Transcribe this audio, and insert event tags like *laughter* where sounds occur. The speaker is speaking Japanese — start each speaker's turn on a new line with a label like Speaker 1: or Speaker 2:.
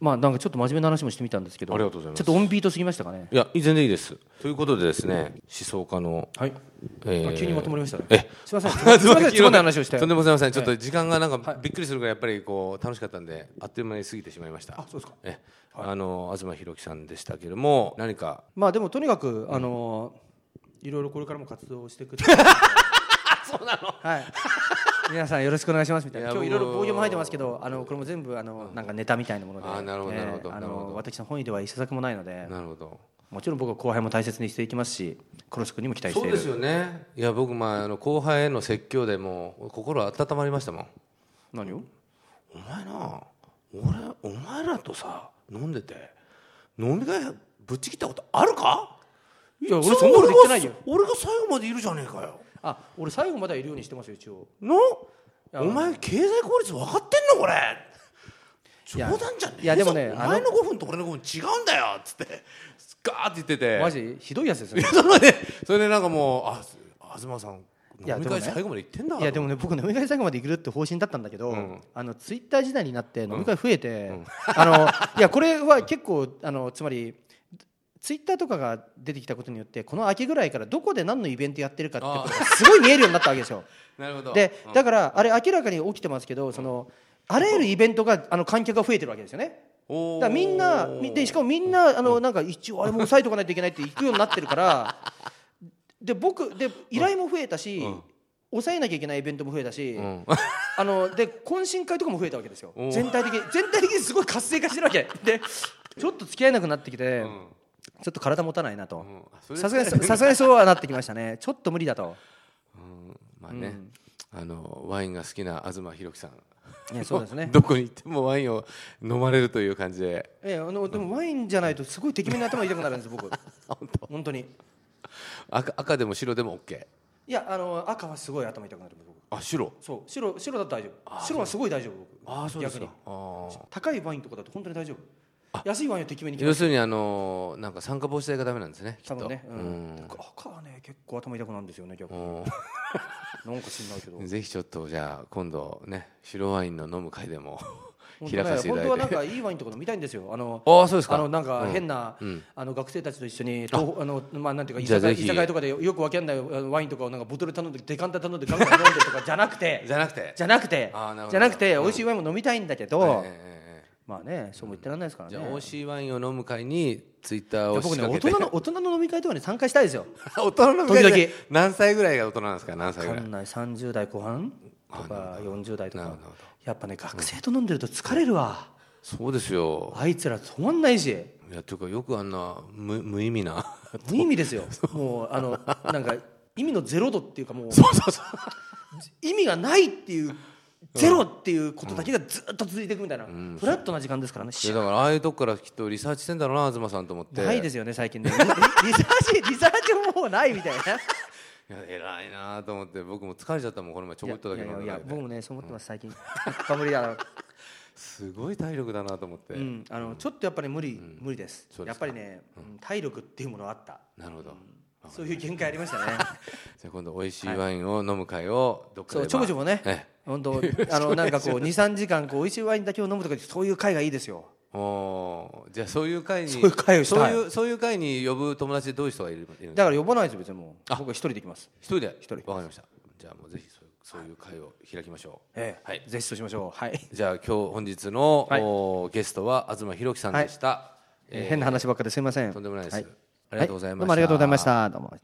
Speaker 1: まあなんかちょっと真面目な話もしてみたんですけど
Speaker 2: ありがとうございま
Speaker 1: ちょ
Speaker 2: す
Speaker 1: っとオンビートすぎましたかね
Speaker 2: いや全然いいですということでですね思想家の
Speaker 1: はい、
Speaker 2: えー
Speaker 1: あ急にまとまりましたね
Speaker 2: え
Speaker 1: すい
Speaker 2: *laughs*
Speaker 1: ませんすいませんつまんない話をして
Speaker 2: とんでもございませんちょっと時間がなんかびっくりするからやっぱりこう楽しかったんであっという間に過ぎてしまいましたあそうですかえあの東博樹さんでしたけども何か
Speaker 3: まあでもとにかくあのいろいろこれからも活動していく
Speaker 2: *laughs*
Speaker 3: はい皆さんよろしくお願いしますみたいない
Speaker 2: や
Speaker 3: 今日い
Speaker 2: 僕
Speaker 3: ろいろ棒読も入ってますけどあのこれも全部あのなんかネタみたいなもので
Speaker 2: あーなるほど
Speaker 3: えー
Speaker 2: なるほど
Speaker 3: あ
Speaker 2: なるほ
Speaker 3: の
Speaker 2: ど
Speaker 3: 私の本意では一作もないので
Speaker 2: なるほど
Speaker 3: もちろん僕は後輩も大切にしていきますし黒瀬君にも期待し
Speaker 2: そ
Speaker 3: て
Speaker 2: う
Speaker 3: い
Speaker 2: で
Speaker 3: る
Speaker 2: すよねいや僕まああの後輩への説教でもう心温まりましたもん
Speaker 3: 何を
Speaker 2: お前な俺お前らとさ飲んでて飲み会ぶっちぎったことあるか
Speaker 3: いや俺
Speaker 2: いつも
Speaker 3: そんなこと言ってないよ
Speaker 2: 俺が俺が最後までいるじゃねえかよ
Speaker 3: あ俺最後まではいるようにしてますよ一応
Speaker 2: のお前経済効率分かってんのこれ冗
Speaker 3: や
Speaker 2: 談じゃねえぞ
Speaker 3: いやでもね
Speaker 2: お
Speaker 3: あの
Speaker 2: 前の5分と俺の5分違うんだよっつってガーって言ってて
Speaker 3: マジひどいやつです
Speaker 2: い
Speaker 3: ね
Speaker 2: *laughs* やそれでそれでなんかもうあ東さん
Speaker 3: いや
Speaker 2: 飲み
Speaker 3: でも
Speaker 2: 会
Speaker 3: ね
Speaker 2: 最後まで行ってんだ
Speaker 3: いやでもね僕飲み会最後まで行くって方針だったんだけど、
Speaker 2: ん
Speaker 3: あのツイッター時代になって飲み会増えて、あのいやこれは結構あのつまりツイッターとかが出てきたことによってこの秋ぐらいからどこで何のイベントやってるかってことがすごい見えるようになったわけですよ。
Speaker 2: なるほど
Speaker 3: でだからあれ明らかに起きてますけどそのあらゆるイベントがあの観客が増えてるわけですよね。だからみんなみでしかもみんなあのなんか一応あれも押さえとかないといけないって行くようになってるからで僕で依頼も増えたし、抑えなきゃいけないイベントも増えたし、
Speaker 2: ん
Speaker 3: あので懇親会とかも増えたわけですよ
Speaker 2: おー
Speaker 3: 全体的に全体的にすごい活性化してるわけでちょっと付き合えなくなってきて、ちょっと体持たないなと
Speaker 2: んあそれ
Speaker 3: さすがにさすがにそうはなってきましたねちょっと無理だと、
Speaker 2: まあね、あのワインが好きな東博樹さん *laughs*
Speaker 3: ね、そうですね
Speaker 2: どこに行ってもワインを飲まれるという感じで
Speaker 3: ええあのでもワインじゃないとすごいてきめに頭痛くなるんです
Speaker 2: *laughs*
Speaker 3: 僕本当に
Speaker 2: 赤赤でも白でも OK
Speaker 3: いやあの赤はすごい頭痛くなる僕
Speaker 2: あ白
Speaker 3: そう白白だと大丈夫白はすごい大丈夫僕
Speaker 2: ああそうですか
Speaker 3: 逆に
Speaker 2: あー
Speaker 3: 高いワインとかだと本当に大丈夫安いワインをてきめに決め
Speaker 2: 要するにあのーなんか酸化防止剤がダメなんですねき
Speaker 3: 多
Speaker 2: っ
Speaker 3: 分
Speaker 2: と、
Speaker 3: ね、う
Speaker 2: うん
Speaker 3: ん、赤はね結構頭痛 *laughs* くなるんですよね逆になんか知んないけど
Speaker 2: *laughs* うんぜひちょっとじゃあ今度ね白ワインの飲む会でも *laughs*
Speaker 3: 本当
Speaker 2: 開かせてい
Speaker 3: ね本
Speaker 2: た
Speaker 3: 当は
Speaker 2: だ
Speaker 3: ないん
Speaker 2: て
Speaker 3: かいいワインとか飲みたいんですよあの
Speaker 2: ああそうですか
Speaker 3: あのなんか変な、あの学生たちと一緒に東あのまあなんていうか居
Speaker 2: じゃあ
Speaker 3: 酒屋
Speaker 2: ぜ
Speaker 3: 居
Speaker 2: ひ
Speaker 3: 酒屋とかでよくわけんないあのワインとかをなんかボトル頼んでデカンタ頼んでガンガン飲んでるとかじゃなくて
Speaker 2: *laughs* じゃなくて
Speaker 3: じゃなくて
Speaker 2: あーなるほど
Speaker 3: じゃなくて美味しいワインも飲みたいんだけど、
Speaker 2: えええええ
Speaker 3: まあねそうも言ってらんないですから
Speaker 2: え
Speaker 3: ね
Speaker 2: じゃあ美味しいワインを飲む会にツイッターを仕
Speaker 3: 僕ね
Speaker 2: 掛
Speaker 3: 大
Speaker 2: けて *laughs*
Speaker 3: 人の大人の飲み会とかに参加したいですよ
Speaker 2: 大人の会で
Speaker 3: 時々
Speaker 2: 何歳ぐらいが大人なんですか何歳ぐらい
Speaker 3: 館内30代後半とか40代と
Speaker 2: なる
Speaker 3: か
Speaker 2: ほど
Speaker 3: やっぱね学生と飲んでると疲れるわ、
Speaker 2: そうですよ
Speaker 3: あいつら止まんないし
Speaker 2: *laughs* いやというかよくあんな無無意味な
Speaker 3: 無意味ですよもうあ
Speaker 2: *laughs*
Speaker 3: のなんか意味のゼロ度っていうかもう
Speaker 2: そうそうそう
Speaker 3: 意味がないっていうゼロっていうことだけがずっと続いていくみたいな、フラットな時間ですからね、
Speaker 2: *laughs* いやだからああいうとこからきっとリサーチしてんだろうな東さんと思って
Speaker 3: ないですよね最近ねリリ *laughs* サーチリサーチももうないみたいない
Speaker 2: や偉いなと思って僕も疲れちゃったもんこの前ちょこっとだけ飲ん
Speaker 3: いやいやい
Speaker 2: だ
Speaker 3: や
Speaker 2: だけ
Speaker 3: 僕
Speaker 2: で
Speaker 3: もねそう思ってます最近頑張りだな
Speaker 2: すごい体力だなと思って、
Speaker 3: うん、あのちょっとやっぱり無理、無理です
Speaker 2: そうで
Speaker 3: や
Speaker 2: す
Speaker 3: っぱりね、うん体力っていうものはあった
Speaker 2: なるほど、
Speaker 3: そういう限界ありましたね
Speaker 2: *laughs* じゃあ今度美味しいワインを飲む会をどっかで
Speaker 3: そう長女もね
Speaker 2: え
Speaker 3: 本当あ
Speaker 2: *laughs*
Speaker 3: のなんかこう23時間こう美味しいワインだけを飲むとかそういう会がいいですよ
Speaker 2: えおーじゃあそういう会にそう
Speaker 3: いう会をしたいう
Speaker 2: そういう会に呼ぶ友達どういう人がいるいるんです
Speaker 3: だ
Speaker 2: か
Speaker 3: から呼ばないですよ別にもう僕は一人で行きます
Speaker 2: 一人で
Speaker 3: 一人
Speaker 2: わかりましたじゃあもうぜひそうそういう会を開きましょう、
Speaker 3: ええ
Speaker 2: はい
Speaker 3: ぜひそうしましょうはい、
Speaker 2: じゃあ今日本日の、
Speaker 3: はい
Speaker 2: おゲストは東博樹さんでした、
Speaker 3: えー変な話ばっかですいません
Speaker 2: とんでもないです、
Speaker 3: はい
Speaker 2: ありがとうござい
Speaker 3: ど
Speaker 2: ました、
Speaker 3: うもありがとうございましたどうも